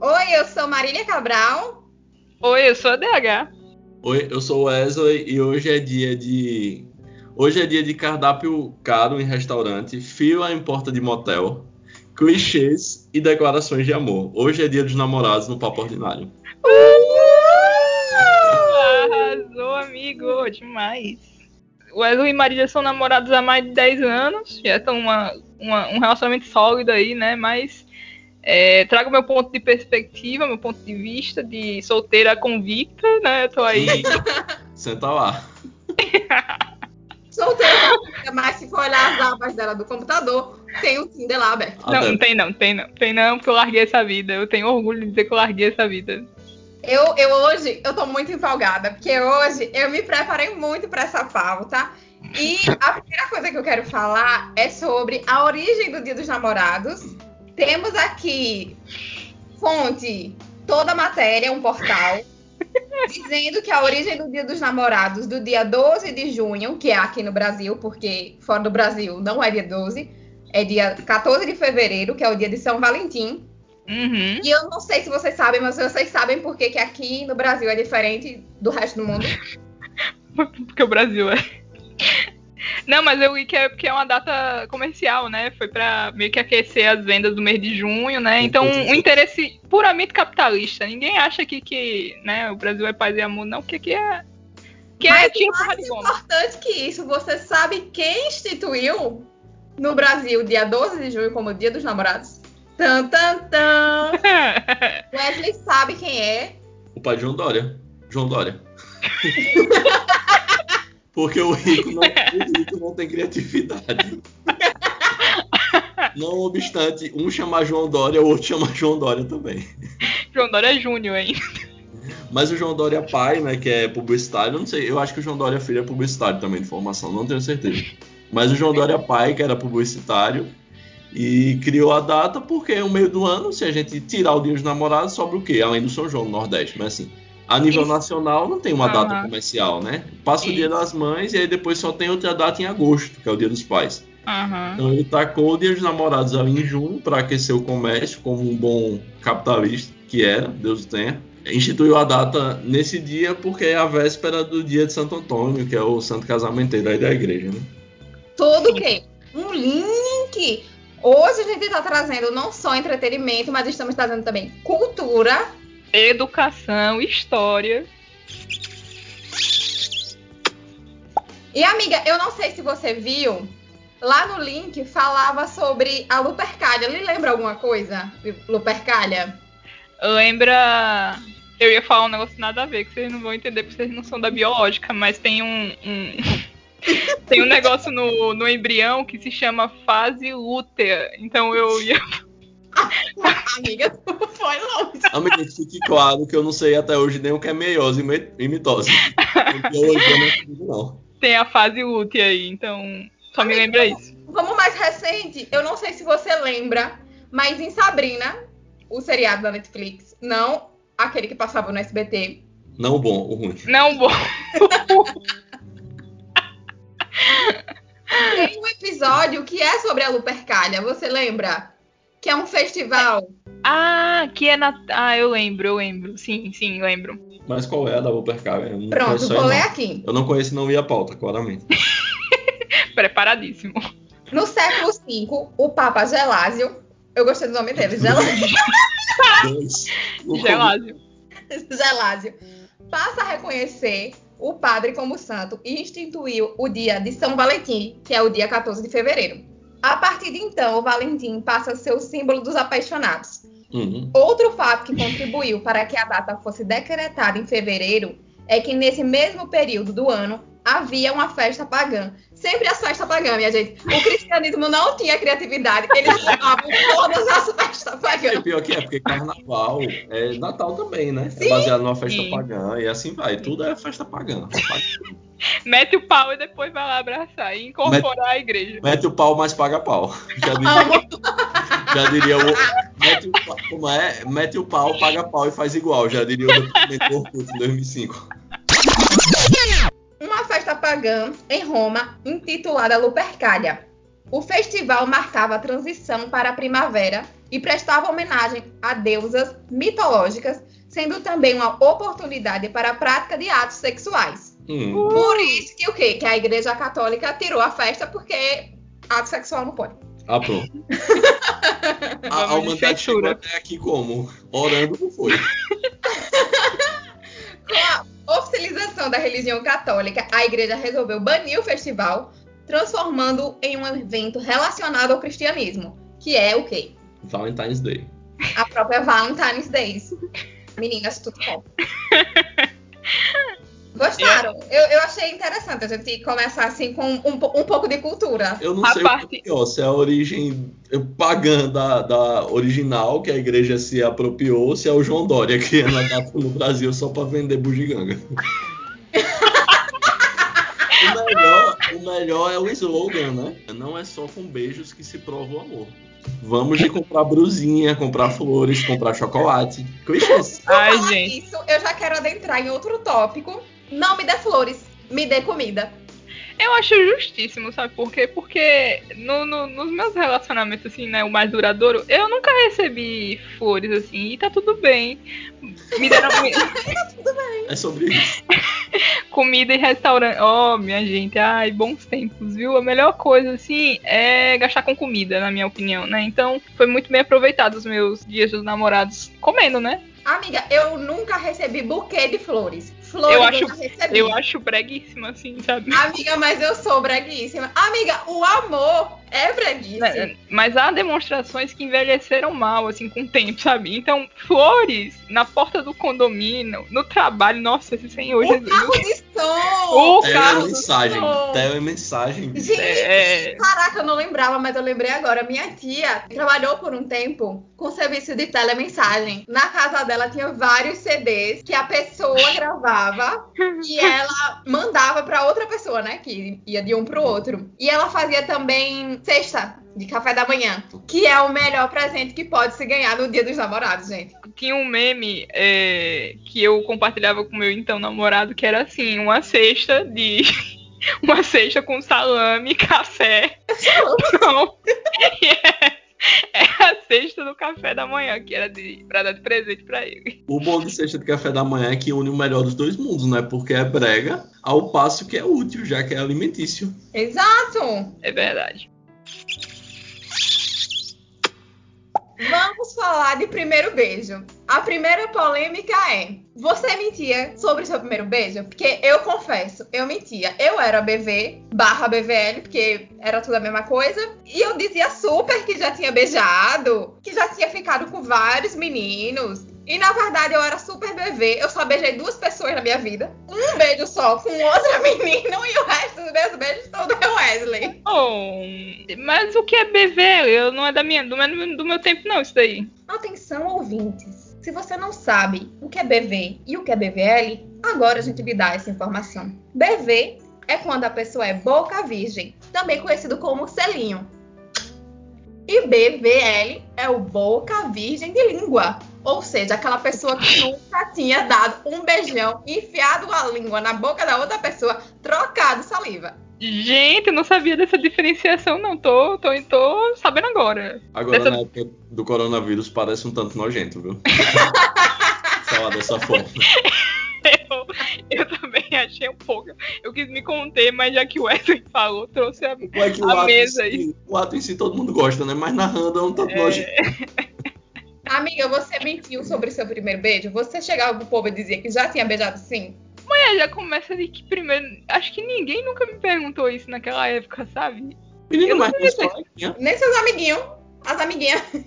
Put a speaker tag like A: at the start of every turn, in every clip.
A: Oi, eu sou Marília Cabral.
B: Oi, eu sou a DH.
C: Oi, eu sou o Wesley e hoje é dia de. Hoje é dia de cardápio caro em restaurante, fila em porta de motel, clichês e declarações de amor. Hoje é dia dos namorados no papo ordinário.
B: Arrasou, amigo, demais. Wesley e Marília são namorados há mais de 10 anos, já estão uma, uma- um relacionamento sólido aí, né? Mas é, trago meu ponto de perspectiva, meu ponto de vista de solteira convicta, né? Eu tô aí.
C: Senta lá.
A: Solteira, mas se for olhar as abas dela do computador, tem o Tinder lá aberto.
B: Não,
C: Até-
B: não tem não, tem não. Tem não, porque eu larguei essa vida. Eu tenho orgulho de dizer que eu larguei essa vida.
A: Eu, eu hoje, eu tô muito empolgada, porque hoje eu me preparei muito pra essa pauta. E a primeira coisa que eu quero falar é sobre a origem do Dia dos Namorados. Temos aqui fonte, toda a matéria, um portal, dizendo que a origem do Dia dos Namorados, do dia 12 de junho, que é aqui no Brasil, porque fora do Brasil não é dia 12, é dia 14 de fevereiro, que é o dia de São Valentim.
B: Uhum.
A: E eu não sei se vocês sabem, mas vocês sabem por que que aqui no Brasil é diferente do resto do mundo.
B: Porque o Brasil é. Não, mas eu vi que é porque é uma data comercial, né? Foi pra meio que aquecer as vendas do mês de junho, né? Então, um interesse puramente capitalista. Ninguém acha aqui que né, o Brasil é paz e amor, não, porque aqui é. Que é
A: Mas
B: tiro
A: mais
B: porra de bomba.
A: Importante que isso, você sabe quem instituiu no Brasil dia 12 de junho como Dia dos Namorados? Tan, tan, tan. Wesley sabe quem é.
C: O pai de João Dória. João Dória. Porque o rico, não, o rico não tem criatividade. Não obstante, um chamar João Dória, o outro chamar João Dória também.
B: João Dória é Júnior, hein?
C: Mas o João Dória pai, né, que é publicitário, eu não sei, eu acho que o João Dória filho é publicitário também de formação, não tenho certeza. Mas o João Dória é pai, que era publicitário, e criou a data porque no meio do ano, se a gente tirar o Dia dos Namorados, sobra o quê? Além do São João do Nordeste, mas assim, a nível
B: Isso.
C: nacional não tem uma data
B: Aham.
C: comercial, né? Passa o Dia
B: Isso.
C: das Mães e aí depois só tem outra data em agosto, que é o Dia dos Pais.
B: Aham.
C: Então ele tacou o Dia dos Namorados ali em junho para aquecer o comércio, como um bom capitalista que era, Deus o tenha. Instituiu a data nesse dia porque é a véspera do dia de Santo Antônio, que é o santo casamenteiro aí da igreja, né?
A: Todo o quê? Um link. Hoje a gente tá trazendo não só entretenimento, mas estamos trazendo também cultura.
B: Educação, história.
A: E amiga, eu não sei se você viu, lá no link falava sobre a Lupercalha. Ele lembra alguma coisa? Lupercalha?
B: Lembra. Eu ia falar um negócio nada a ver, que vocês não vão entender porque vocês não são da biológica, mas tem um. um- tem um negócio no, no embrião que se chama fase lútea. Então eu ia.
A: amiga, tu foi longe.
C: Amigo, um fique claro que eu não sei até hoje nem o que é meiose e me- e mitose. Porque hoje eu não sei, não.
B: Tem a fase lútea aí, então. Só
C: Ah,
B: me lembra isso.
A: Vamos mais recente. Eu não sei se você lembra, mas em Sabrina, o seriado da Netflix, não aquele que passava no SBT.
C: Não o bom, o ruim.
B: Não, bom.
A: Tem um episódio que é sobre a Lupercalha, você lembra? Que é um festival.
B: Ah, que é na. Ah, eu lembro, eu lembro. Sim, sim, lembro.
C: Mas qual é a da Uppercar? Eu não
A: Pronto, é?
C: conheço aí,
A: vou ler
C: não.
A: aqui.
C: Eu não conheço não vi a pauta, claramente.
B: Preparadíssimo.
A: No século V, o Papa Gelásio. Eu gostei do nome dele, Gelásio.
C: Dois. Uhum. O
B: Gelásio.
A: Gelásio passa a reconhecer o padre como santo e instituiu o dia de São Valentim, que é o dia 14 de fevereiro. A partir de então, o Valentim passa a ser o símbolo dos apaixonados.
C: Uhum.
A: Outro fato que contribuiu para que a data fosse decretada em fevereiro é que nesse mesmo período do ano havia uma festa pagã. Sempre as festas pagãs, minha gente. O cristianismo não tinha criatividade, eles chamavam todas as festas
C: É
A: pagãs.
C: pior que é, porque carnaval é Natal também, né?
A: Sim.
C: É baseado numa festa
B: Sim.
C: pagã e assim vai. Tudo é festa pagã.
B: Mete o pau e depois vai lá abraçar e incorporar a igreja.
C: Mete o pau, mas paga pau. Já diria,
A: Amo.
C: já diria o. Mete o, pau, como é? Mete o pau, paga pau e faz igual. Já diria o documento Orkut em 2005.
A: uma festa pagã em Roma intitulada Lupercalia. O festival marcava a transição para a primavera e prestava homenagem a deusas mitológicas, sendo também uma oportunidade para a prática de atos sexuais.
C: Hum.
A: Por isso que o quê? Que a Igreja Católica tirou a festa porque ato sexual não pode.
C: Ah, pronto. A, a
B: Vamos de
C: humanidade chegou
B: feitura.
C: até aqui como? Orando não foi.
A: Com a oficialização da religião católica, a igreja resolveu banir o festival, transformando-o em um evento relacionado ao cristianismo, que é o quê?
C: Valentine's Day.
A: A própria Valentine's Day. Meninas, tudo bom. Gostaram? Eu, eu achei interessante a gente começar assim com um, po- um pouco de cultura.
C: Eu não
B: A
C: sei o que
B: parte-
C: é pior, se é a origem pagã da, da original, que a igreja se apropriou, se é o João Dória criando a data no Brasil só pra vender bugiganga. o, melhor, o melhor é o slogan, né? Não é só com beijos que se prova o amor. Vamos de comprar brusinha, comprar flores, comprar chocolate. Christians,
A: Por
B: Ai,
A: falar
B: gente.
A: nisso, eu já quero adentrar em outro tópico. Não me dê flores, me dê comida.
B: Eu acho justíssimo, sabe por quê? Porque no- no- nos meus relacionamentos, assim, né, o mais duradouro, eu nunca recebi flores, assim, e tá tudo bem. Me deram me-
C: é sobre isso.
B: comida e restaurante. Oh, minha gente, ai, bons tempos, viu? A melhor coisa, assim, é gastar com comida, na minha opinião, né? Então, foi muito bem aproveitado os meus dias dos namorados comendo, né?
A: Amiga, eu nunca recebi buquê de flores. Flores
B: Eu
A: eu,
B: acho-
A: já recebi.
B: Eu acho breguíssimo, assim, sabe?
A: Amiga, mas eu sou breguíssima. Amiga, o amor é breguíssimo.
B: Né, Mas há demonstrações que envelheceram mal, assim, com o tempo, sabe? Então, flores na porta do condomínio, no trabalho, nossa, esse senhor
A: O
B: Jesus.
A: carro de som.
B: O
C: Tela é
B: carro.
C: mensagem.
A: som.
C: Tela é mensagem.
A: Gente,
B: É, é,
A: caraca, eu não lembrava, mas eu lembrei agora. Minha tia trabalhou por um tempo com serviço de telemensagem. Na casa dela tinha vários CDs que a pessoa gravava e ela mandava pra outra pessoa, né? Que ia de um pro outro. E ela fazia também cesta de café da manhã, que é o melhor presente que pode se ganhar no Dia dos Namorados, gente.
B: tinha um meme é, que eu compartilhava com meu então namorado, que era assim, uma cesta de. Uma cesta com salame, café, pão. E é- Era a cesta do café da manhã, que era de, pra dar de presente pra ele.
C: O bom de sexta de café da manhã é que une o melhor dos dois mundos, né? Porque é brega, ao passo que é útil, já que é alimentício.
A: Exato!
B: É verdade.
A: Vamos falar de primeiro beijo. A primeira polêmica é: você mentia sobre o seu primeiro beijo? Porque eu confesso, eu mentia. Eu era BV barra BVL, porque era tudo a mesma coisa. E eu dizia super que já tinha beijado, que já tinha ficado com vários meninos. E na verdade eu era super BV. Eu só beijei duas pessoas na minha vida. Um beijo só com outra menina e o resto dos meus beijos todo é Wesley.
B: Oh, mas o que é BV? Eu, não é da minha, do meu, do meu tempo, não, isso daí.
A: Atenção, ouvintes! Se você não sabe o que é BV e o que é BVL, agora a gente lhe dá essa informação. BV é quando a pessoa é boca virgem, também conhecido como selinho. E BVL é o boca virgem de língua, ou seja, aquela pessoa que nunca tinha dado um beijão, enfiado a língua na boca da outra pessoa, trocado saliva.
B: Gente, eu não sabia dessa diferenciação, não. Tô, tô, tô sabendo agora.
C: Agora,
B: Essa-
C: na época do coronavírus, parece um tanto nojento, viu? Falar dessa forma.
B: Eu, eu também achei um pouco. Eu quis me conter, mas já que o Wesley falou, trouxe a.
C: Como é que o
B: A
C: ato,
B: mesa
C: em si, o ato em si todo mundo gosta, né? Mas narrando é um tanto nojento.
A: Amiga, você mentiu sobre seu primeiro beijo? Você chegava pro povo e dizia que já tinha beijado sim?
B: É, já começa de que primeiro. Acho que ninguém nunca me perguntou isso naquela época, sabe?
C: Menino,
B: Eu
C: mas
B: não
C: nas
B: sei. é
C: coleguinhas,
A: Nem seus amiguinhos, as amiguinhas.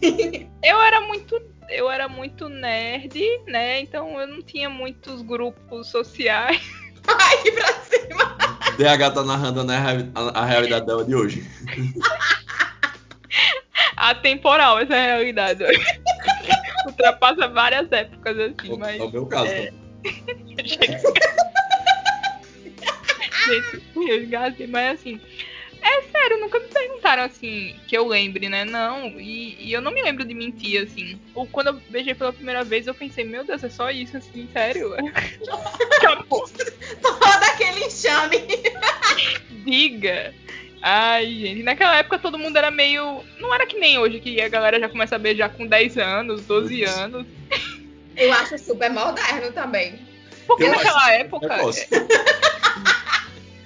B: Eu era muito. Eu era muito nerd, né? Então eu não tinha muitos grupos sociais.
A: Ai, que pra cima.
C: DH tá narrando né, a reali- a, a realidade dela de hoje.
B: atemporal essa é realidade. Ultrapassa várias épocas, assim,
C: É o-
B: mas.
C: é o meu caso.
B: é.
C: tá?
B: Gente, eu engasguei, mas assim. É sério, nunca me perguntaram assim, que eu lembre, né? Não, e, e eu não me lembro de mentir, assim. Ou quando eu beijei pela primeira vez, eu pensei, meu Deus, é só isso, assim, sério? Acabou.
A: Todo aquele enxame.
B: Diga. Ai, gente, naquela época todo mundo era meio. Não era que nem hoje, que a galera já começa a beijar com 10 anos, 12
C: Putz.
B: anos.
A: Eu acho super moderno também.
B: Porque
C: Eu um
B: naquela época.
C: Negócio.
B: é,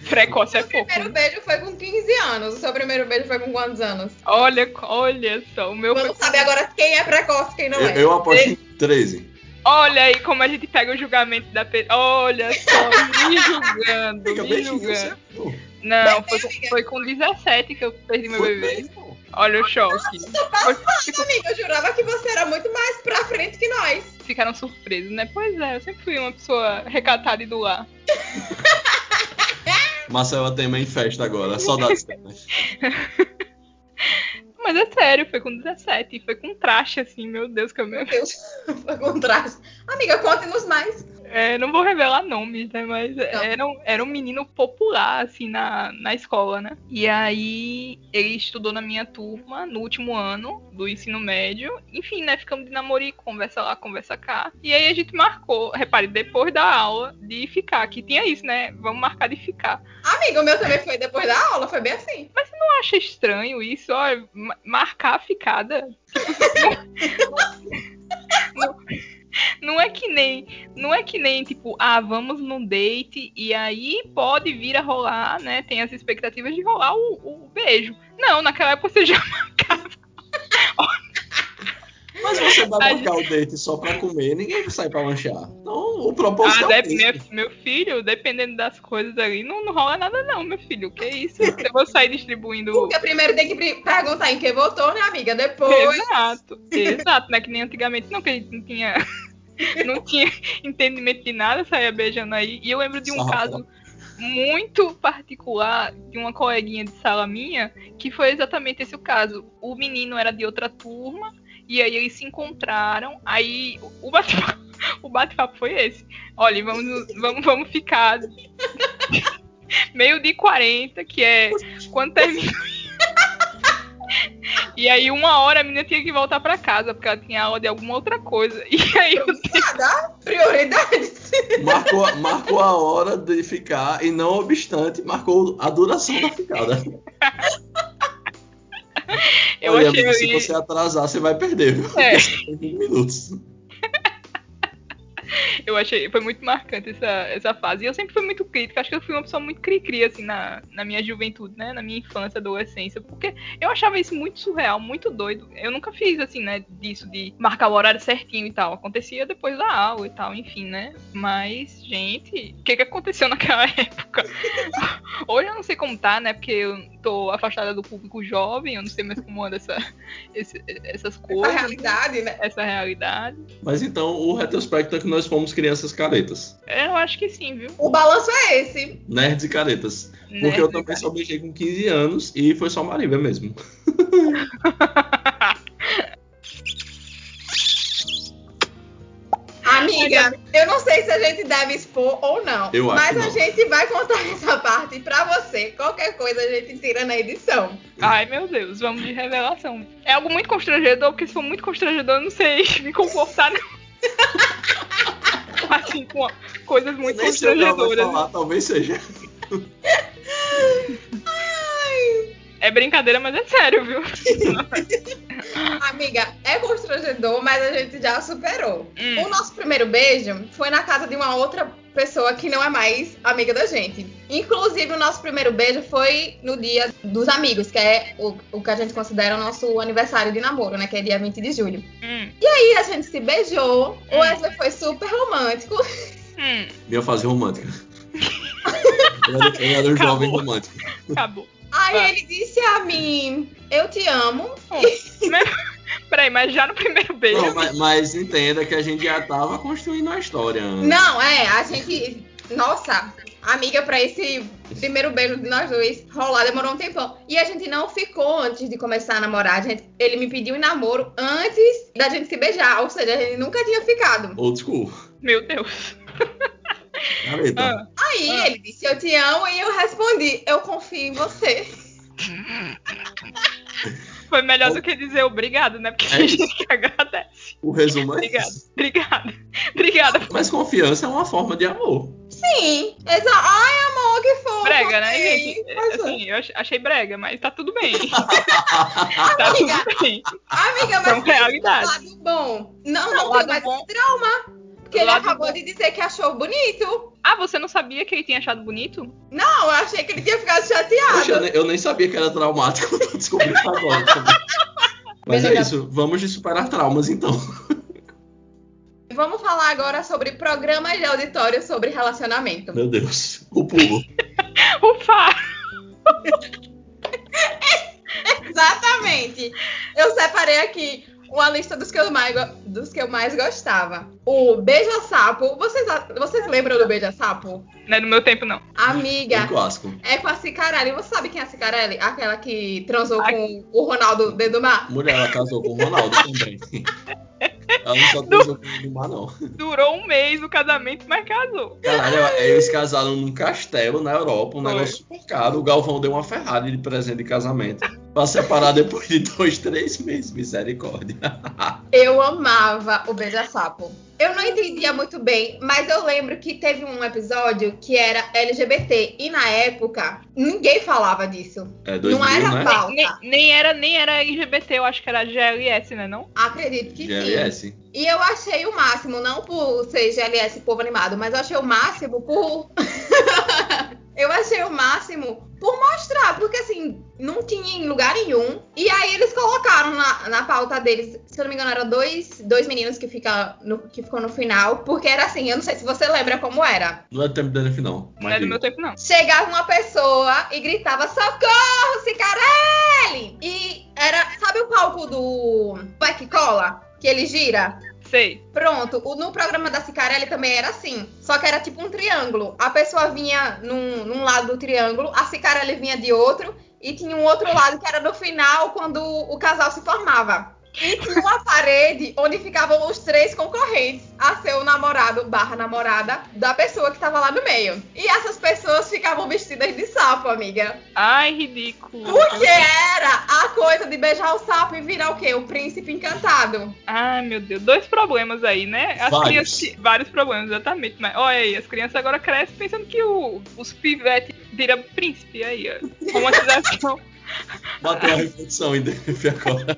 B: Precoce é
A: O
B: pouco.
A: primeiro beijo foi com 15 anos. O seu primeiro beijo foi com quantos anos?
B: Olha, olha só, o meu.
A: Vamos saber agora quem é precoce e quem não
C: Eu,
A: é.
C: eu aposto em 13.
B: Olha aí como a gente pega o julgamento da pessoa. Olha só, me julgando,
C: Fica
B: me
C: bem chique, você
B: julgando.
C: é burro.
B: Não, foi, com- foi com 17 que eu perdi meu
C: Foi
B: bebê.
C: mesmo?
B: Olha o choque.
A: Tô passada, amiga. Eu jurava que você era muito mais pra frente que nós.
B: Ficaram surpresos, né? Pois é, eu sempre fui uma pessoa recatada e do lar.
C: Marcela Temer em festa agora. Saudades dela.
B: Mas é sério, foi com 17. Foi com traste, assim, meu Deus, que eu me...
A: Meu Deus, foi contraste. Amiga, conte-nos mais.
B: É, não vou revelar nomes, né? Mas era, um- era um menino popular, assim, na, na escola, né? E aí ele estudou na minha turma no último ano do ensino médio. Enfim, né? Ficamos de namorico, conversa lá, conversa cá. E aí a gente marcou, repare, depois da aula, de ficar. Que tinha isso, né? Vamos marcar de ficar.
A: Amiga, o meu também foi depois da aula, foi bem assim.
B: Eu acho estranho isso, ó, ma- marcar a ficada. não, não é que nem, não é que nem tipo, ah, vamos num date e aí pode vir a rolar, né? Tem as expectativas de rolar o, o beijo. Não, naquela época você já
C: Mas você vai
B: Ai,
C: marcar o date só pra comer, ninguém sai pra lanchar. Então o
B: ah,
C: propósito é o
B: dep- meu,
C: mesmo.
B: meu filho, dependendo das coisas ali, não, não rola nada não, meu filho. Que isso? Eu vou sair distribuindo
A: Porque primeiro tem que pre- perguntar em quem votou, né, amiga? Depois.
B: Exato, exato, não é que nem antigamente, não, que a gente não tinha, não tinha entendimento de nada, saía beijando aí. E eu lembro de um
C: Sarrafo.
B: caso muito particular de uma coleguinha de sala minha, que foi exatamente esse o caso. O menino era de outra turma, e aí eles se encontraram, aí o bate-papo, o bate-papo foi esse. Olha, vamos, vamos, vamos ficar meio de 40, que é quando termina. E aí, uma hora a menina tinha que voltar pra casa, porque ela tinha aula de alguma outra coisa. E aí, eu-
A: Nada, prioridades.
C: Marcou, marcou a hora de ficar e não obstante, marcou a duração da ficada.
B: eu
C: Olha,
B: achei.
C: amigo, se você atrasar, você vai perder, viu?
B: É.
C: 20 minutos.
B: Eu achei, foi muito marcante essa, essa fase. E eu sempre fui muito crítica. Acho que eu fui uma pessoa muito cri-cri, assim, na, na minha juventude, né? Na minha infância, adolescência. Porque eu achava isso muito surreal, muito doido. Eu nunca fiz, assim, né? Disso de marcar o horário certinho e tal. Acontecia depois da aula e tal, enfim, né? Mas, gente, o que, que aconteceu naquela época? Hoje eu não sei como tá, né? Porque eu tô afastada do público jovem. Eu não sei mais como anda essa, esse- essas
A: A
B: coisas.
A: realidade, né?
B: Essa realidade.
C: Mas então o retrospecto é que nós fomos crianças caretas.
B: Eu acho que sim, viu?
A: O balanço é esse.
C: Nerds e caretas. Porque
B: Né?
C: eu também só beijei com 15 anos e foi só Marília mesmo.
A: Amiga, eu não sei se a gente deve expor ou não.
C: Eu acho
A: mas
C: que
A: a
C: não.
A: gente vai contar essa parte pra você. Qualquer coisa a gente tira na edição.
B: Ai, meu Deus, vamos de revelação. É algo muito constrangedor, porque se for muito constrangedor, eu não sei me comportar, não. assim, com coisas muito né?
C: Nem sei o que ela vai
B: constrangedoras.
C: falar, talvez seja.
B: É brincadeira, mas é sério, viu?
A: Amiga, é constrangedor, mas a gente já superou.
B: Hum.
A: O nosso primeiro beijo foi na casa de uma outra pessoa que não é mais amiga da gente. Inclusive, o nosso primeiro beijo foi no dia dos amigos, que é o, o que a gente considera o nosso aniversário de namoro, né? Que é dia 20 de julho.
B: Hum,
A: E a gente se beijou, o
B: Hum.
A: Wesley foi super romântico.
B: hum,
C: Minha fase romântica. eu era, eu era um
B: Acabou.
C: jovem romântico.
B: acabou.
A: Aí
B: Ah.
A: ele disse a mim, eu te amo.
B: Peraí, mas já no primeiro beijo.
C: Não, mas, mas entenda que a gente já tava construindo a história. antes.
A: Não, é, a gente. Nossa, amiga, pra esse primeiro beijo de nós dois rolar demorou um tempão. E a gente não ficou antes de começar a namorar. a gente- ele me pediu em namoro antes da gente se beijar. Ou seja, a gente nunca tinha ficado.
C: Old school.
B: Meu Deus.
C: Careta.
B: Ah,
A: Aí
B: Ah.
A: ele disse, eu te amo, e eu respondi, eu confio em você.
B: foi melhor do que dizer obrigado, né? Porque tem
C: É
B: gente que agradece.
C: O resumo é
B: Obrigada,
C: isso.
B: obrigada. Obrigada.
C: Mas confiança é uma forma de amor.
A: Sim. Exa Ai, amor, que fofo.
B: Brega,
C: Tá
B: né,
A: ok.
B: gente? É,
A: Mas,
B: Assim, eu ach- achei brega, mas tá tudo bem. tá
A: Amiga,
B: tudo bem.
A: amiga,
B: São
A: mas tem um
B: realidades.
A: lado bom. Não,
B: Não,
A: não,
B: lado
A: tem mais
B: bom.
A: esse trauma. Porque ele
B: Lado
A: acabou
B: bom.
A: de dizer que achou bonito.
B: Ah, você não sabia que ele tinha achado bonito?
A: Não, eu achei que ele tinha ficado chateado.
C: Poxa, eu nem- eu nem sabia que era traumático, tô descobrindo agora. Mas é
A: Beleza.
C: isso, vamos de superar traumas então.
A: Vamos falar agora sobre programas de auditório sobre relacionamento.
C: Meu Deus, o pulo.
B: Ufa!
A: Exatamente. Eu separei aqui uma lista dos que eu mais, go- dos que eu mais gostava. O Beija Sapo. Vocês, a- vocês lembram do Beija Sapo?
B: Não é do meu tempo, não.
C: Um
A: Amiga,
C: clássico.
A: é com a Cicarelli. Você sabe quem é a Cicarelli? Aquela que transou
B: A-
A: com o Ronaldo dentro do mar?
C: Mulher, ela casou com o Ronaldo também. Ela não só casou com o Neymar, não.
B: Durou um mês o casamento, mas casou.
C: Caralho, eles casaram num castelo na Europa, um
B: Foi.
C: negócio super caro. O Galvão deu uma Ferrari de presente de casamento. Pra separar depois de dois, três meses, misericórdia.
A: Eu amava o Beija Sapo. Eu não entendia muito bem, mas eu lembro que teve um episódio que era LGBT. E na época, ninguém falava disso.
C: É
A: não
C: 2000,
A: era
C: né?
A: pauta.
B: Nem, nem era, nem era LGBT, eu acho que era GLS, né? Não?
A: Acredito que sim.
C: GLS.
A: E eu achei o máximo, não por ser GLS povo animado, mas eu achei o máximo por. eu achei o máximo por mostrar, porque assim, não tinha em lugar nenhum. E aí eles colocaram na, na pauta deles, se eu não me engano, eram dois, dois meninos que, fica no- que ficou no final, porque era assim, eu não sei se você lembra como era.
C: Não é do tempo da NF, não.
B: Não é
C: Mas
B: do
C: diga.
B: meu tempo, não.
A: Chegava uma pessoa e gritava: Socorro, Cicarelli! E era. Sabe o palco do. Black Cola? Que ele gira?
B: Sei.
A: Pronto, o- no programa da Cicarelli também era assim, só que era tipo um triângulo. A pessoa vinha num, num lado do triângulo, a Cicarelli vinha de outro, e tinha um outro lado que era no final, quando o casal se formava. E tinha uma parede onde ficavam os três concorrentes a ser o namorado barra namorada da pessoa que tava lá no meio. E essas pessoas ficavam vestidas de sapo, amiga.
B: Ai, ridículo.
A: Porque era a coisa de beijar o sapo e virar o quê? O príncipe encantado.
B: Ai, meu Deus. Dois problemas aí, né? As
C: Vários.
B: crianças que- vários problemas, exatamente. Mas olha aí, as crianças agora crescem pensando que o, os pivetes viram príncipe aí, ó. Romantização.
C: Bateu uma reflexão em DNF agora.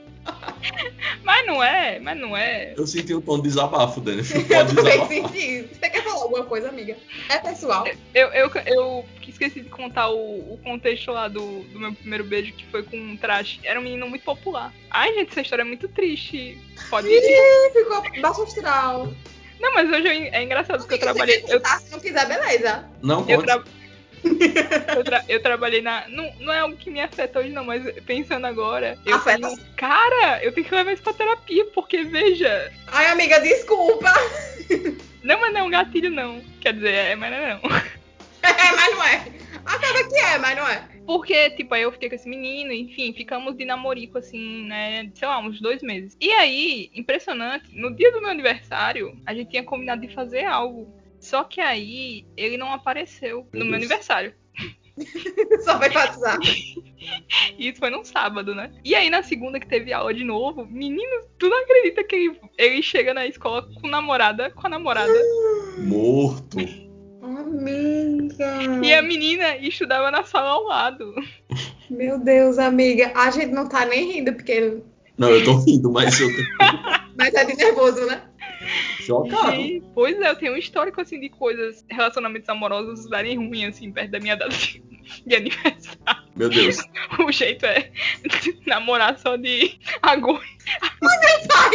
B: mas não é, mas não é.
C: Eu senti um tom de desabafo, DNF.
A: Eu
C: Pode
A: também
C: desabafar.
A: senti isso. Você quer falar alguma coisa, amiga? É pessoal.
B: Eu, eu, eu esqueci de contar o, o contexto lá do, do meu primeiro beijo, que foi com um traje. Era um menino muito popular. Ai, gente, essa história é muito triste. Pode ir.
A: Ih, Ficou baixo astral.
B: Não, mas hoje eu- é engraçado porque eu
A: Amiga,
B: trabalhei.
A: você quer
B: Eu,
A: contar, se não quiser, beleza.
C: Não,
B: eu,
C: conte.
B: tra- eu, tra- eu trabalhei na. Não, não é algo que me afeta hoje, não, mas pensando agora, eu
A: Afeta.
B: tenho. Cara, eu tenho que levar isso pra terapia, porque veja.
A: Ai, amiga, desculpa.
B: Não, mas não é um gatilho, não. Quer dizer, é, mas não é não.
A: É, mas não é. Acaba que é, mas não é.
B: Porque, tipo, aí eu fiquei com esse menino, enfim, ficamos de namorico, assim, né? Sei lá, uns dois meses. E aí, impressionante, no dia do meu aniversário, a gente tinha combinado de fazer algo. Só que aí, ele não apareceu no
C: Meu
B: meu
C: Deus.
B: aniversário.
A: Só vai passar.
B: E isso foi num sábado, né? E aí, na segunda que teve aula de novo, menino, tu não acredita que ele, ele chega na escola com namorada, com a namorada.
C: Morto.
A: Amiga.
B: E a menina estudava na sala ao lado.
A: Meu Deus, amiga. A gente não tá nem rindo, porque.
C: Não, eu tô rindo, mas eu tô
A: Mas é de nervoso, né?
C: chocado.
B: E, pois é, eu tenho um histórico assim de coisas, relacionamentos amorosos darem ruim assim perto da minha data de de aniversário.
C: Meu Deus.
B: O jeito é namorar só de agosto,
A: Vai.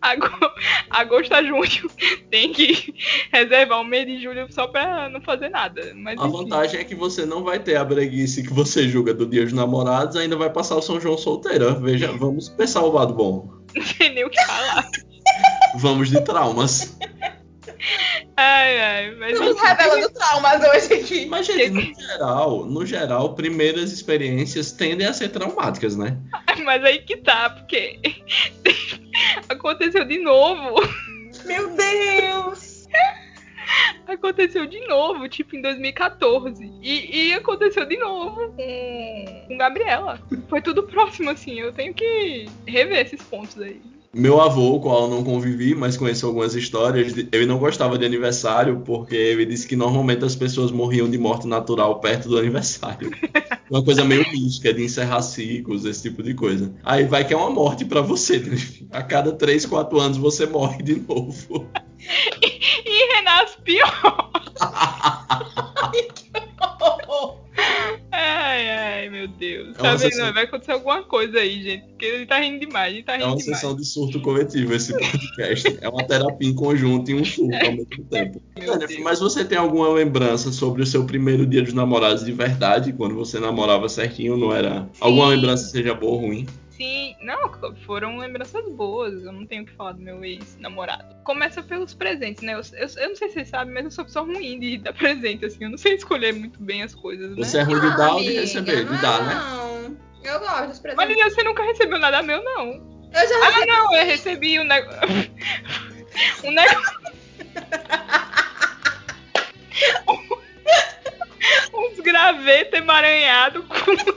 B: agosto, agosto a junho. Tem que reservar o mês de julho só pra não fazer nada. Mas
C: A
B: enfim.
C: vantagem é que você não vai ter a breguice que você julga do Dia dos Namorados, ainda vai passar o São João solteira. Veja, vamos pensar o lado bom.
B: não sei nem o que falar.
C: Vamos de traumas.
B: Ai, ai, mas
A: Estamos
B: enfim.
A: revelando traumas hoje aqui.
C: Mas, gente, no geral, no geral, primeiras experiências tendem a ser traumáticas, né?
B: Mas aí que tá, porque aconteceu de novo.
A: Meu Deus.
B: Aconteceu de novo, tipo em 2014. E, e aconteceu de novo
A: É.
B: com, com Gabriela. Foi tudo próximo, assim. Eu tenho que rever esses pontos aí.
C: Meu avô, com o qual eu não convivi, mas conheço algumas histórias, ele não gostava de aniversário porque ele disse que normalmente as pessoas morriam de morte natural perto do aniversário. Uma coisa meio mística, de encerrar ciclos, esse tipo de coisa. Aí vai que é uma morte para você. né? A cada 3, 4 anos você morre de novo.
B: E, e renasce pior. Ai, ai, meu Deus.
C: É uma
B: tá vendo?
C: sessão-
B: Vai acontecer alguma coisa aí, gente. Porque ele tá rindo demais, ele tá
C: É
B: rindo
C: uma
B: demais.
C: sessão de surto coletivo esse podcast. É uma terapia em conjunto e um surto ao mesmo tempo.
B: Meu
C: Jennifer,
B: Deus.
C: mas você tem alguma lembrança sobre o seu primeiro dia dos namorados de verdade? Quando você namorava certinho, não era? Alguma
B: Sim.
C: lembrança seja boa ou ruim?
B: Sim, não, foram lembranças boas. Eu não tenho o que falar do meu ex-namorado. Começa pelos presentes, né? Eu, eu, eu não sei se vocês sabem, mas eu sou pessoa ruim de dar presente, assim. Eu não sei escolher muito bem as coisas, né?
C: Você é ruim de dar ou de
A: amiga,
C: receber?
A: não
C: De
A: é
C: dar, né?
A: não. Eu gosto dos
B: Mas
A: presentes.
B: Lilian, você nunca recebeu nada meu, não.
A: Eu já
B: Ah, não, eu recebi um negócio. um negócio. Uns gravetos emaranhados um com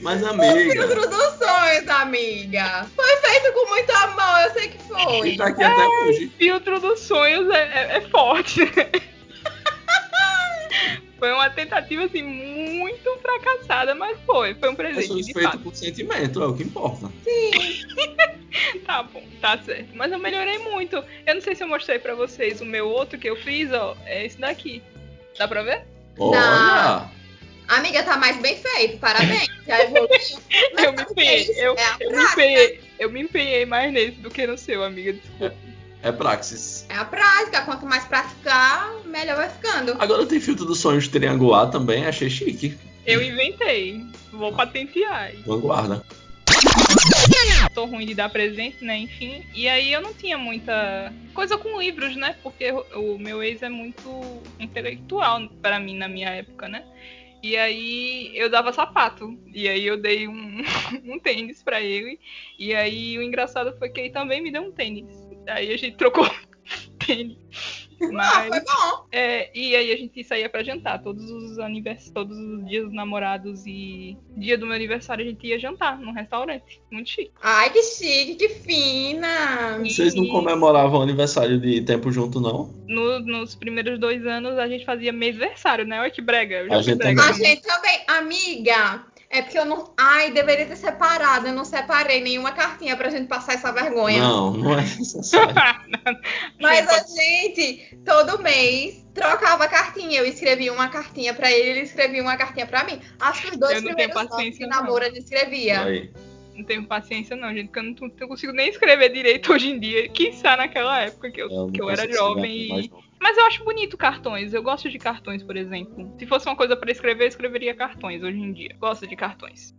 C: Mas,
B: Ah!
A: recebi o
C: amiga,
A: filtro dos sonhos, amiga. Foi feito com muito amor, eu sei que
C: ele
A: foi.
C: tá aqui até hoje.
B: filtro dos sonhos é, é- é forte. foi uma tentativa assim muito fracassada, mas foi, foi um
C: É
B: presente de
C: feito
B: fato.
C: por sentimento, é o que importa.
B: Tá bom, tá certo. Mas eu melhorei muito. Eu não sei se eu mostrei pra vocês o meu outro que eu fiz, ó, é esse daqui. Dá pra ver?
C: Olha!
A: Amiga, tá mais bem feito, parabéns. Já evoluiu. Mas
B: eu me
A: sabe o que é
B: empenhei,
A: isso?
B: eu,
A: É a
B: eu me
A: prática.
B: empenhei, eu me empenhei mais nesse do que no seu, amiga. Desculpa.
C: É praxis.
A: É a prática, quanto mais praticar, melhor vai ficando.
C: Agora tem filtro dos sonhos triangular também, achei chique.
B: Eu inventei. Vou patentear.
C: Vanguarda.
B: tô ruim de dar presente, né? Enfim. E aí eu não tinha muita coisa com livros, né? Porque o meu ex é muito intelectual pra mim na minha época, né? E aí eu dava sapato. E aí eu dei um, um tênis pra ele. E aí o engraçado foi que ele também me deu um tênis. Aí a gente trocou tênis.
A: Ah,
B: Mas
A: foi bom.
B: é, e aí a gente saía pra jantar. Todos os anivers... todos os dias dos namorados e dia do meu aniversário a gente ia jantar num restaurante. Muito chique.
A: Ai, que chique, que fina.
C: Vocês não comemoravam aniversário de tempo junto, não?
B: No- nos primeiros dois anos a gente fazia mêsversário, né? Olha que brega. Eu já
C: A
B: fui
C: gente
B: brega.
A: A
C: também.
A: gente também, amiga. É porque eu não. Ai, deveria ter separado. Eu não separei nenhuma cartinha pra gente passar essa vergonha.
C: Não, não é necessário.
A: Mas a gente, todo mês, trocava cartinha. Eu escrevia uma cartinha pra ele, ele escrevia uma cartinha pra mim. Acho que os dois
B: Eu não tenho
A: primeiros nomes
B: paciência,
A: de
B: não.
A: namoro ele escrevia.
C: Aí.
B: Não tenho paciência, não, gente, porque eu não, tô- não consigo nem escrever direito hoje em dia. Quiçá naquela época que eu,
C: não
B: que eu era
C: consigo
B: jovem.
C: escrever
B: e-
C: um mais, não.
B: Mas eu acho bonito cartões. Eu gosto de cartões, por exemplo. Se fosse uma coisa pra escrever, eu escreveria cartões hoje em dia. Gosto de cartões.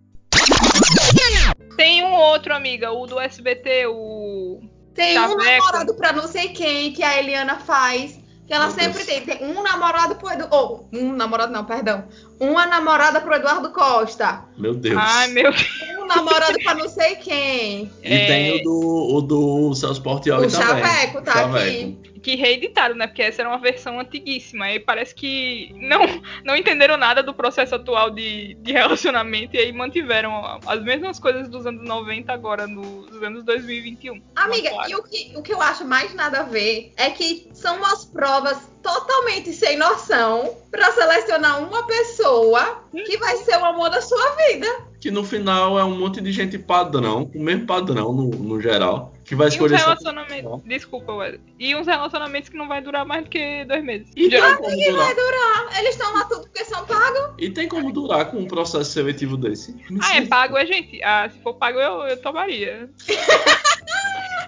B: Tem um outro, amiga, o do SBT, o.
A: Tem um
B: Chaveco.
A: namorado pra não sei quem que a Eliana faz. Que ela
C: Meu
A: sempre
C: Deus.
A: tem, tem um namorado pro Eduardo. Ou, um namorado não, perdão. Uma namorada pro Eduardo Costa.
C: Meu Deus.
B: Ai, meu Deus.
A: Um namorado pra não sei quem.
C: E tem o do, o do Celso Portioli
A: É. O
C: também.
A: Chaveco tá aqui.
B: que reeditaram, né? Porque essa era uma versão antiguíssima. E parece que não, não entenderam nada do processo atual de, de relacionamento e aí mantiveram as mesmas coisas dos anos 90 agora, nos anos 2021.
A: Amiga,
B: Uma
A: e o que, o que eu acho mais nada a ver é que são umas provas totalmente sem noção pra selecionar uma pessoa que vai ser o amor da sua vida.
C: Que no final é um monte de gente padrão, com o mesmo padrão no, no geral, que vai
B: E uns
C: escolher só-
B: relacionamentos. Desculpa, Wesley. E uns relacionamentos que não vai durar mais do que dois meses.
C: E
B: Já-
A: né?
C: tem, como durar,
A: Vai durar. Eles estão lá tudo porque são pagos.
C: e tem como durar com um processo seletivo desse? Não
B: Ah, é
C: sei.
B: pago, é gente. Ah, se for pago, eu, eu tomaria.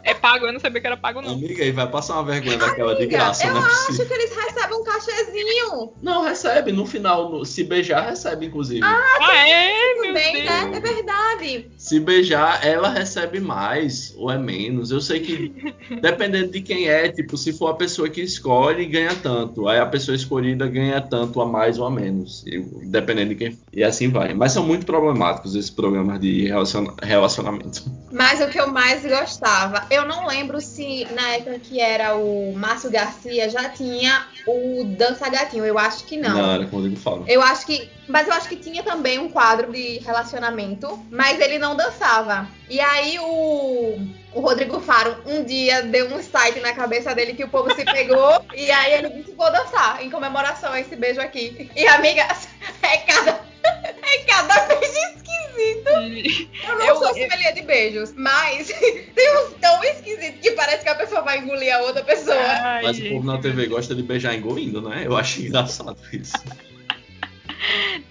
B: é pago, eu não sabia que era pago, não.
C: Amiga, aí vai passar uma vergonha daquela de
A: Amiga,
C: graça,
A: eu
C: não é
A: acho
C: possível.
A: que eles recebem um cachezinho.
C: Não, recebe, no final, no- se beijar, recebe, inclusive.
A: Tá
B: Ah, é, meu
A: Também,
B: Deus.
A: né? É verdade.
C: Se beijar, ela recebe mais ou é menos. Eu sei que, dependendo de quem é, tipo, se for a pessoa que escolhe, ganha tanto. Aí a pessoa escolhida ganha tanto a mais ou a menos. E, dependendo de quem for. E assim vai. Mas são muito problemáticos esses programas de relaciona- relacionamento.
A: Mas o que eu mais gostava, eu não lembro se na época que era o Márcio Garcia já tinha o Dança Gatinho, eu acho que não.
C: era como eu falo.
A: Eu acho que, mas eu acho que tinha também um quadro de relacionamento, mas ele não dançava. E aí o o Rodrigo Faro um dia deu um site na cabeça dele que o povo se pegou e aí ele disse: Vou dançar em comemoração a esse beijo aqui. E amiga, é cada, é cada beijo esquisito. Eu não
B: Eu-
A: sou sommelier de beijos, mas tem uns tão esquisitos que parece que a pessoa vai engolir a outra pessoa.
B: Ai,
C: Mas o povo na TV gosta de beijar engolindo, né? Eu acho engraçado isso.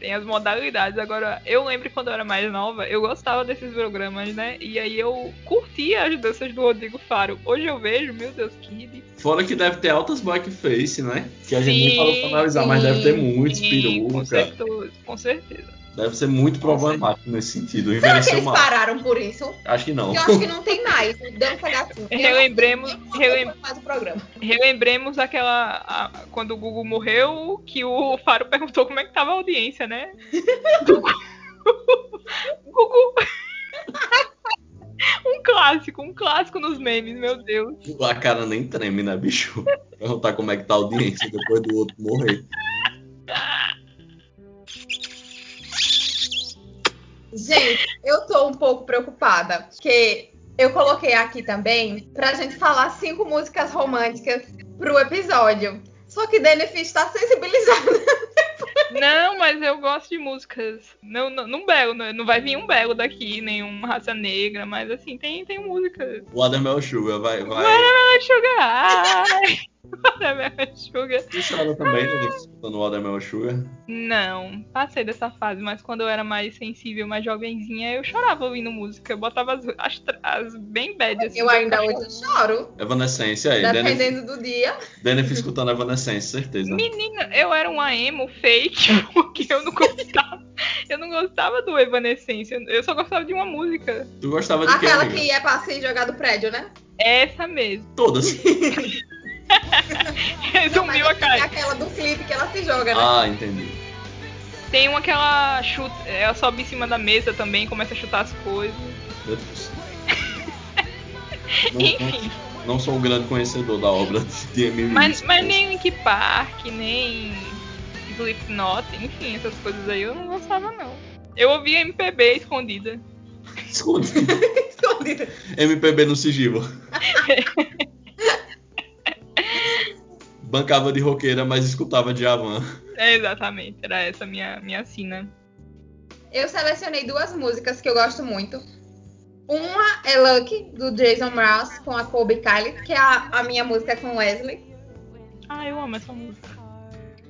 B: Tem as modalidades. Agora, eu lembro quando eu era mais nova, eu gostava desses programas, né? E aí eu curtia as danças do Rodrigo Faro. Hoje eu vejo, meu Deus, que delícia.
C: Fora que deve ter altas blackface, né? Que a gente nem
B: Sim,
C: falou pra analisar, mas deve ter muitos
B: Com
C: peruca.
B: certeza. Com certeza.
C: Deve ser muito problemático nesse sentido.
A: Será que
C: Envelheceu
A: eles
C: mal.
A: pararam por isso?
C: Acho que
A: Eu
C: não.
A: acho que não tem mais. né? um o Dança gatinho.
B: Relembremos, relem-
A: mais o programa.
B: relembremos aquela. a- quando o Gugu morreu, que o Faro perguntou como é que tava a audiência, né? Do Gugu. Gugu. um clássico, um clássico nos memes, meu Deus.
C: A cara nem treme, né, bicho? Perguntar como é que tá a audiência depois do outro morrer.
A: Gente, eu tô um pouco preocupada, porque eu coloquei aqui também pra gente falar cinco músicas românticas pro episódio. Só que tá Denif está sensibilizada.
B: Não, mas eu gosto de músicas. Não, não, não belo, não, não vai vir um belo daqui, nenhum raça negra, mas assim, tem, tem músicas.
C: O Adam é o Sugar, vai, vai.
B: Watermelon Sugar! Ai, Watermelon Sugar.
C: Tu chora também, né? Escutando o Adam é o Sugar.
B: Não, passei dessa fase, mas quando eu era mais sensível, mais jovenzinha, eu chorava ouvindo música. Eu botava as, as, tra- as bem bad. assim,
A: Eu
B: pra
A: ainda
B: ficar
A: hoje choro,
C: Evanescence aí. Denef-
A: dependendo do dia.
C: Denef escutando Evanescence, certeza.
B: Menina, eu era uma emo fake, porque eu não gostava. eu não gostava do Evanescence, eu- eu só gostava de uma música.
C: Tu gostava de quem,
A: Aquela
C: amiga?
A: que é pra se jogar do prédio, né?
B: Essa mesmo.
C: Todas.
A: Não, mas
B: Resumiu a cara.
A: é aquela do clipe que ela se joga, né?
C: Ah, entendi.
B: Tem uma que ela chuta, ela sobe em cima da mesa também, começa a chutar as coisas.
C: Meu Deus. Não,
B: Enfim,
C: não- não sou um grande conhecedor da obra de Emily.
B: mas, mas
C: Dickinson.
B: nem Link Park, nem Slipknot, enfim, essas coisas aí eu não gostava não. Eu ouvia MPB escondida.
C: Esconde.
A: Escondida.
C: MPB no sigilo. Bancava de roqueira, mas escutava de Avan.
B: É, exatamente, era essa minha minha sina.
A: Eu selecionei duas músicas que eu gosto muito. Uma é Lucky, do Jason Mraz, com a Kobe Kylie, que é a, a minha música com Wesley.
B: Ah, eu amo essa música.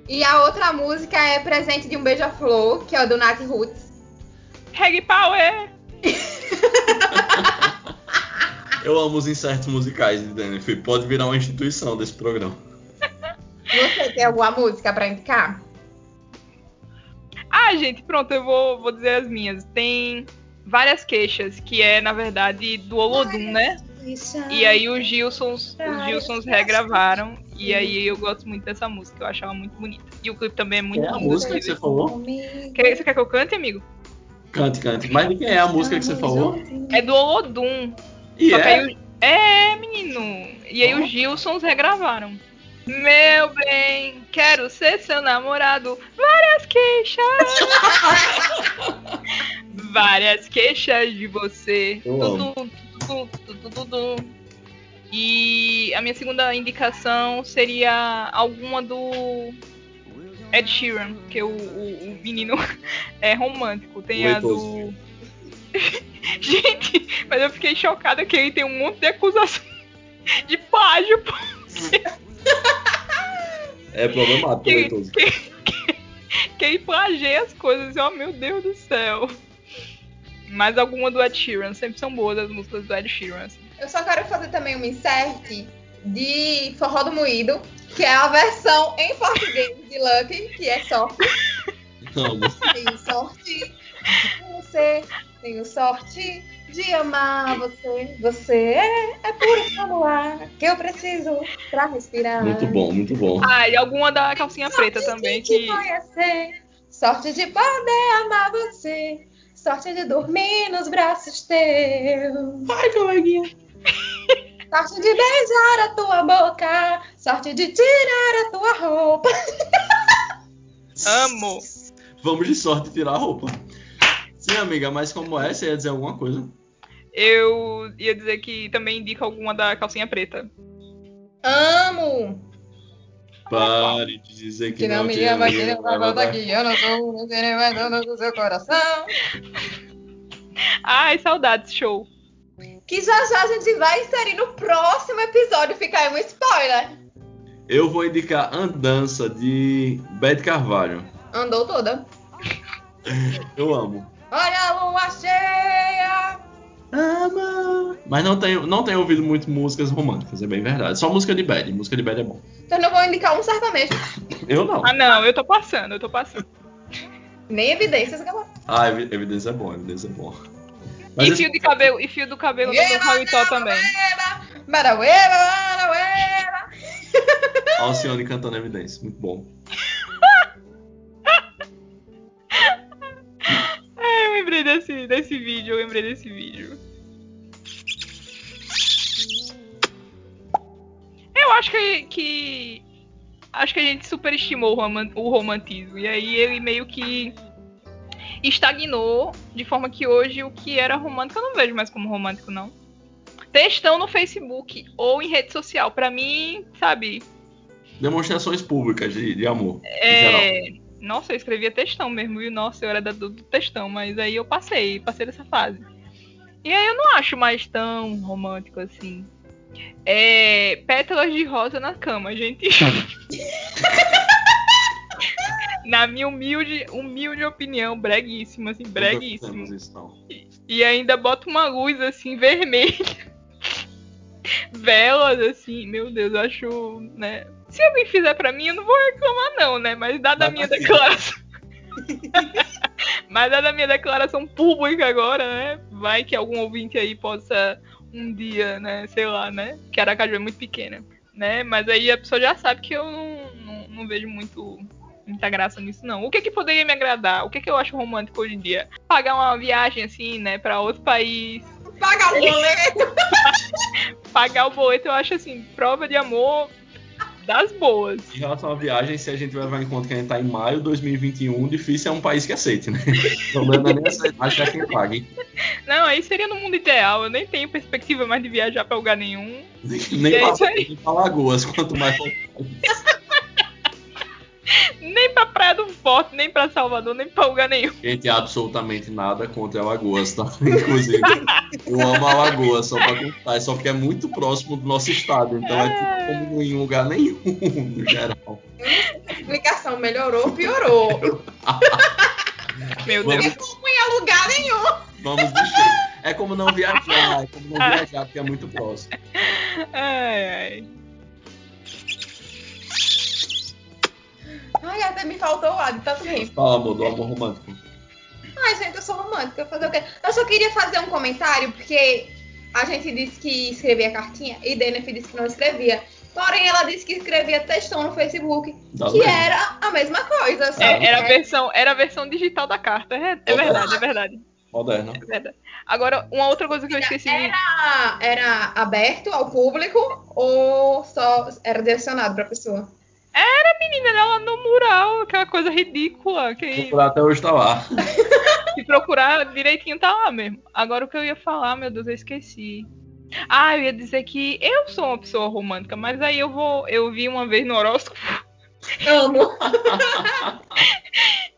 A: E a outra música é Presente de um Beija-Flor, que é o do Nat Roots.
B: Reg Power!
C: Eu amo os insertos musicais de Denif. Pode virar uma instituição desse programa.
A: Você tem alguma música pra indicar?
B: Ah, gente, pronto, eu vou, vou dizer as minhas. Tem várias queixas, que é, na verdade, do Olodum, né? E aí o Gilsons, os Gilsons regravaram. E aí eu gosto muito dessa música, eu acho ela muito bonita. E o clipe também é muito
C: é a
B: lindo.
C: música que você falou?
B: Quer, você quer que é eu cante, amigo?
C: Cante, cante. Mas de quem é a música que você falou?
B: É do Olodum.
C: E
B: Só que
C: é.
B: aí o... É, menino. E aí
C: Ó.
B: os Gilsons regravaram. Meu bem, quero ser seu namorado. Várias queixas. Várias queixas de você.
C: Eu
B: Tudum, tudum, tudum, tudum. E a minha segunda indicação seria alguma do Ed Sheeran, que o, o- o menino é romântico. Tem
C: O
B: a do. Gente, mas eu fiquei chocada que ele tem um monte de acusação de plágio. pô.
C: É problemático,
B: Que-
C: Leitoso.
B: Que ele plagia as coisas. Oh, meu Deus do céu. Mas alguma do Ed Sheeran. Sempre são boas as músicas do Ed Sheeran. assim.
A: Eu só quero fazer também um insert de Forró do Moído, que é a versão em português de Lucky, que é só
C: Amo.
A: Tenho sorte de você, tenho sorte de amar você. Você é, é puro como ar que eu preciso pra respirar.
C: Muito bom, muito bom.
B: Ah, e alguma da calcinha preta
A: Sorte
B: também.
A: de
B: Que...
A: te conhecer, sorte de poder amar você, sorte de dormir nos braços teus. Vai, coleguinha. Sorte de beijar a tua boca, sorte de tirar a tua roupa.
B: Amo.
C: Vamos de sorte tirar a roupa. Sim, amiga, mas como é? Você ia dizer alguma coisa?
B: eu ia dizer que também indica alguma da calcinha preta.
A: Amo!
C: Pare de dizer que,
A: Que não me
C: te
A: ama,
C: ama,
A: que não vai voltar aqui. Eu não sou o mais dono do seu coração.
B: Ai, saudades, show.
A: Que já já a gente vai inserir no próximo episódio. Fica aí um spoiler.
C: Eu vou indicar Andança de Beth Carvalho.
A: Andou toda.
C: Eu amo.
A: Olha a lua cheia!
C: Ama. Mas não tenho, não tenho ouvido muito músicas românticas, é bem verdade. Só música de Bad. Música de Bad é bom.
A: Então eu não vou indicar um sertanejo.
C: Eu não.
B: Ah, não, eu tô passando, eu tô passando.
A: Nem evidências, galera.
C: Ah, evi- evidência é bom, evidência é bom.
B: e
C: esse-
B: fio de cabelo, e fio do cabelo do Raulitó também.
A: Baraueba, baraueba.
C: Alcione cantando evidência, muito bom.
B: É, eu lembrei desse, desse vídeo, eu lembrei desse vídeo. Eu acho que. que- acho que a gente superestimou o, roman- o romantismo. E aí ele meio que estagnou, de forma que hoje o que era romântico eu não vejo mais como romântico, não. Textão no Facebook ou em rede social. Pra mim, sabe,
C: Demonstrações públicas de, de amor.
B: é, Nossa, eu escrevia textão mesmo, e nossa, eu era da, do, do textão, mas aí eu passei, passei dessa fase. E aí eu não acho mais tão romântico assim. É, pétalas de rosa na cama, gente. na minha humilde, humilde opinião, breguíssima, assim, breguíssima.
C: Nunca fizemos isso, não.
B: E ainda bota uma luz assim vermelha. Velas assim, meu Deus, eu acho, né? Se alguém fizer pra mim, eu não vou reclamar não, né? Mas dada a
C: Mas
B: minha
C: tá
B: declaração. Mas dada a minha declaração pública agora, né? Vai que algum ouvinte aí possa um dia, né, sei lá, né? Que Aracaju é muito pequena, né? Mas aí a pessoa já sabe que eu não, não- não vejo muito muita graça nisso não. O que que poderia me agradar? O que que eu acho romântico hoje em dia? pagar uma viagem assim, né, pra outro país,
A: Paga o boleto.
B: pagar o boleto, eu acho assim, prova de amor das boas.
C: Em relação à viagem, se a gente levar em conta que a gente tá em maio de 2021, difícil é um país que aceite, né? O problema é nem aceitar, achar quem paga, hein?
B: Não, aí seria no mundo ideal, eu nem tenho perspectiva mais de viajar pra lugar nenhum.
C: Nem,
B: E é
C: pra-
B: isso aí.
C: nem pra Lagoas, quanto mais.
B: Nem pra Praia do Forte, nem pra Salvador, nem pra lugar nenhum.
C: Gente, absolutamente nada contra Alagoas, tá? Inclusive, eu amo Alagoas, só pra contar, só porque é muito próximo do nosso estado, então é tudo como em lugar nenhum, no geral.
A: Explicação melhorou, piorou.
B: Meu
C: Vamos-
B: Deus.
A: E como ia lugar nenhum.
C: Vamos de jeito. É como não viajar, é como não viajar, porque é muito próximo.
B: Ai, ai.
A: Ai, até me faltou o lado, tanto rir.
C: Fala, amor, do amor romântico.
A: Ai, gente, eu sou romântica, fazer o quê? Eu só queria fazer um comentário, porque a gente disse que escrevia cartinha e Denef disse que não escrevia. Porém, ela disse que escrevia textão no Facebook,
C: Dá
A: que
C: Tá
A: é
C: bem.
A: era a mesma coisa. só
B: É,
A: que
B: era, a versão, era a versão digital da carta. É, é verdade, é verdade,
C: Moderna.
B: é verdade. Agora, uma outra coisa que eu esqueci. de-
A: era, era aberto ao público ou só era direcionado pra pessoa?
B: Menina, ela no mural, aquela coisa ridícula. Que...
C: Procurar até hoje tá lá.
B: Se procurar direitinho, tá lá mesmo. Agora o que eu ia falar, meu Deus, eu esqueci. Ah, eu ia dizer que eu sou uma pessoa romântica, mas aí eu vou. Eu vi uma vez no horóscopo,
A: Amo.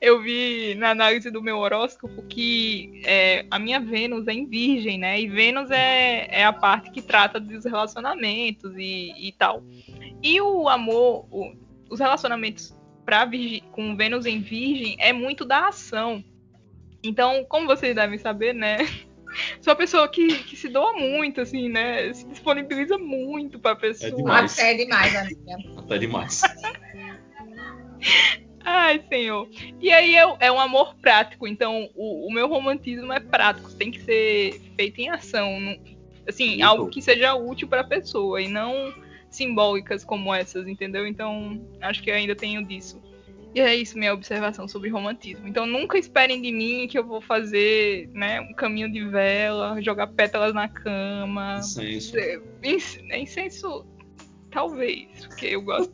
B: eu vi na análise do meu horóscopo que é, a minha Vênus é em Virgem, né? E Vênus é, é a parte que trata dos relacionamentos e, e tal. E o amor, o- os relacionamentos pra virgem, com Vênus em Virgem é muito da ação. Então, como vocês devem saber, né? Sou uma pessoa que, que se doa muito, assim, né? Se disponibiliza muito pra pessoa.
C: demais.
A: Até demais, amiga.
C: Até Tá demais.
B: Ai, senhor. E aí eu- é um amor prático, então o, o meu romantismo é prático, tem que ser feito em ação, não- assim,
C: Isso.
B: algo que seja útil para a pessoa e não simbólicas como essas, entendeu? Então, acho que eu ainda tenho disso. E é isso minha observação sobre romantismo. Então, nunca esperem de mim que eu vou fazer, né, um caminho de vela, jogar pétalas na cama.
C: Senso.
B: Inc- Incenso, talvez, porque eu gosto.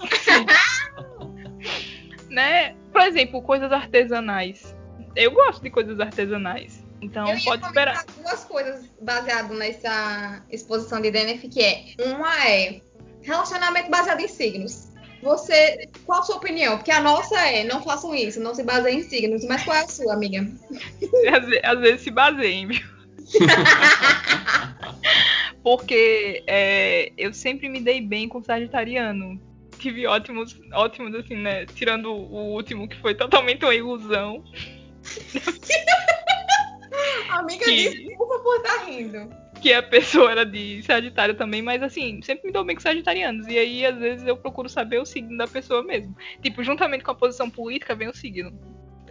B: né? Por exemplo, coisas artesanais. Eu gosto de coisas artesanais. Então
A: Eu ia
B: pode
A: comentar
B: esperar.
A: Duas coisas baseadas nessa exposição de DNF, que é uma é relacionamento baseado em signos. Você, qual a sua opinião? Porque a nossa é, não façam isso, não se baseiem em signos. Mas qual é a sua, amiga?
B: Às, ve- às vezes se baseiem, viu? Porque é, eu sempre me dei bem com Sagitariano. Tive ótimos, ótimos, assim, né? Tirando o último, que foi totalmente uma ilusão.
A: Amiga,
B: Que-
A: desculpa por estar rindo.
B: que a pessoa era de Sagitário também, mas assim, sempre me dou bem com Sagitarianos. E aí, às vezes, eu procuro saber o signo da pessoa mesmo. Tipo, juntamente com a posição política, vem o signo.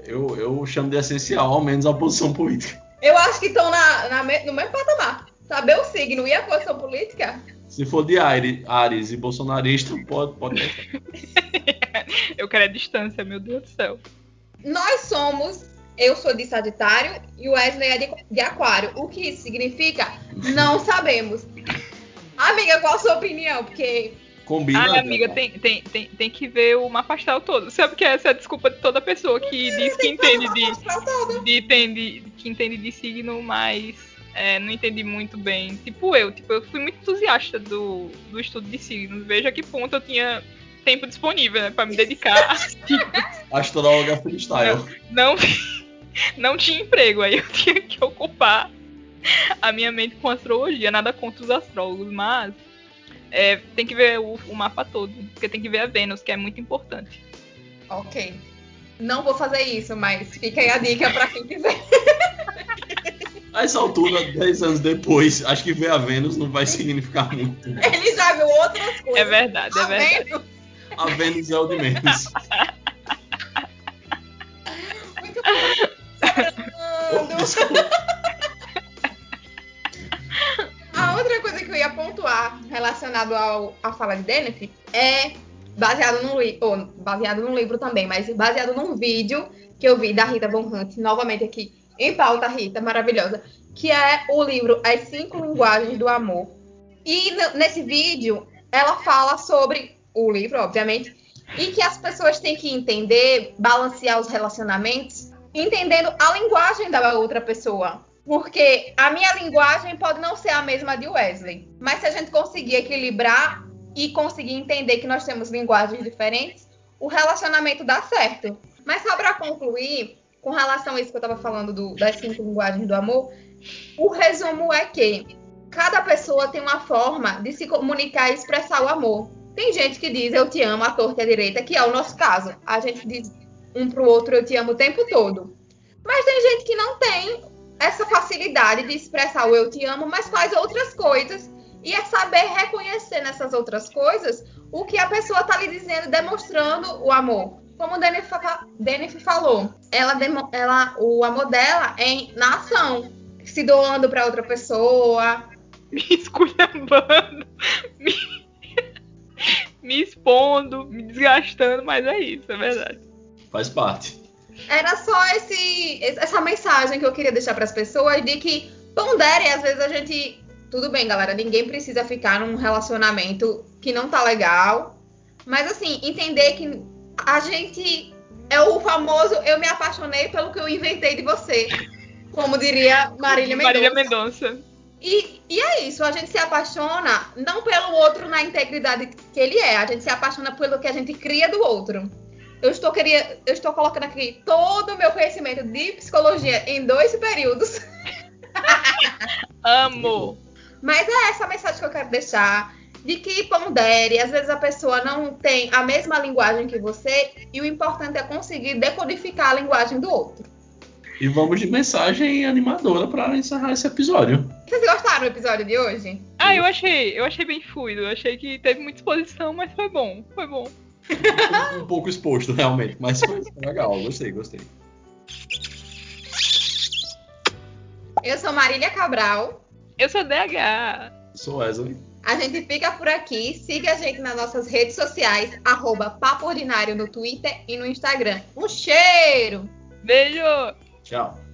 C: Eu, eu chamo de essencial, ao menos a posição política.
A: Eu acho que estão na, na me- no mesmo patamar. Saber o signo e a posição política?
C: Se for de Ares, Ares e bolsonarista, pode. pode...
B: Eu quero a distância, meu Deus do céu.
A: Nós somos, eu sou de Sagitário e o Wesley é de, de Aquário. O que isso significa? Não sabemos. Amiga, qual a sua opinião? Porque
C: Combina.
B: Ah,
C: né,
B: amiga,
C: cara?
B: tem, tem, tem, tem que ver o mapa astral todo. Sabe que essa é a desculpa de toda pessoa que diz que entende de, de, entende, que entende de signo, mas é, não entende muito bem. Tipo eu, tipo, eu fui muito entusiasta do, do estudo de signos. Veja que ponto eu tinha tempo disponível, né? Pra me dedicar a signos.
C: Astróloga freestyle.
B: não, não tinha emprego, aí eu tinha que ocupar a minha mente com astrologia, nada contra os astrólogos, mas é, tem que ver o, o mapa todo, porque tem que ver a Vênus, que é muito importante.
A: Ok. Não vou fazer isso, mas fica aí a dica pra quem quiser.
C: A essa altura, 10 anos depois, acho que ver a Vênus não vai significar muito.
A: Ele já viu outras coisas.
B: É verdade, é
A: Tá
B: verdade.
A: vendo?
C: A Vênus é o de menos.
A: Muito bom.
C: Desculpa.
A: A outra coisa que eu ia pontuar relacionado ao, à fala de Denef é baseado num livro, ou baseado num livro também, mas baseado num vídeo que eu vi da Rita Von Hunt, novamente aqui em pauta, Rita, maravilhosa, que é o livro As Cinco Linguagens do Amor. E n- nesse vídeo ela fala sobre o livro, obviamente, e que as pessoas têm que entender, balancear os relacionamentos, entendendo a linguagem da outra pessoa. Porque a minha linguagem pode não ser a mesma de Wesley, mas se a gente conseguir equilibrar e conseguir entender que nós temos linguagens diferentes, o relacionamento dá certo. Mas só para concluir, com relação a isso que eu estava falando do- das cinco linguagens do amor, o resumo é que cada pessoa tem uma forma de se comunicar e expressar o amor. Tem gente que diz eu te amo à torta e à direita, que é o nosso caso. A gente diz um pro outro eu te amo o tempo todo. Mas tem gente que não tem essa facilidade de expressar o eu te amo, mas faz outras coisas. E é saber reconhecer nessas outras coisas o que a pessoa tá lhe dizendo, demonstrando o amor. Como o Denif fa- Denif falou, ela, demo- ela- o amor dela é em- na ação, se doando para outra pessoa,
B: Me esculhambando, me, me expondo, me desgastando, mas é isso, é verdade.
C: Faz parte.
A: Era só esse, essa mensagem que eu queria deixar para as pessoas de que ponderem, às vezes a gente. Tudo bem, galera, ninguém precisa ficar num relacionamento que não tá legal. Mas assim, entender que a gente é o famoso eu me apaixonei pelo que eu inventei de você. Como diria Marília
B: Marília
A: Mendonça.
B: Mendonça.
A: E, e é isso, a gente se apaixona não pelo outro na integridade que ele é, a gente se apaixona pelo que a gente cria do outro. Eu estou, queria, eu estou colocando aqui todo o meu conhecimento de psicologia em dois períodos,
B: Amo.
A: mas é essa a mensagem que eu quero deixar, de que pondere, às vezes a pessoa não tem a mesma linguagem que você, e o importante é conseguir decodificar a linguagem do outro.
C: E vamos de mensagem animadora para encerrar esse episódio.
A: Vocês gostaram do episódio de hoje?
B: Ah, eu achei, eu achei bem fluido. Eu achei que teve muita exposição, mas foi bom, foi bom.
C: Um pouco exposto, realmente, mas foi legal. Gostei, gostei.
A: Eu sou Marília Cabral.
B: Eu sou DH.
C: Sou Wesley.
A: A gente fica por aqui. Siga a gente nas nossas redes sociais, arroba Papo Ordinário no Twitter e no Instagram. Um cheiro!
B: Beijo!
C: Tchau.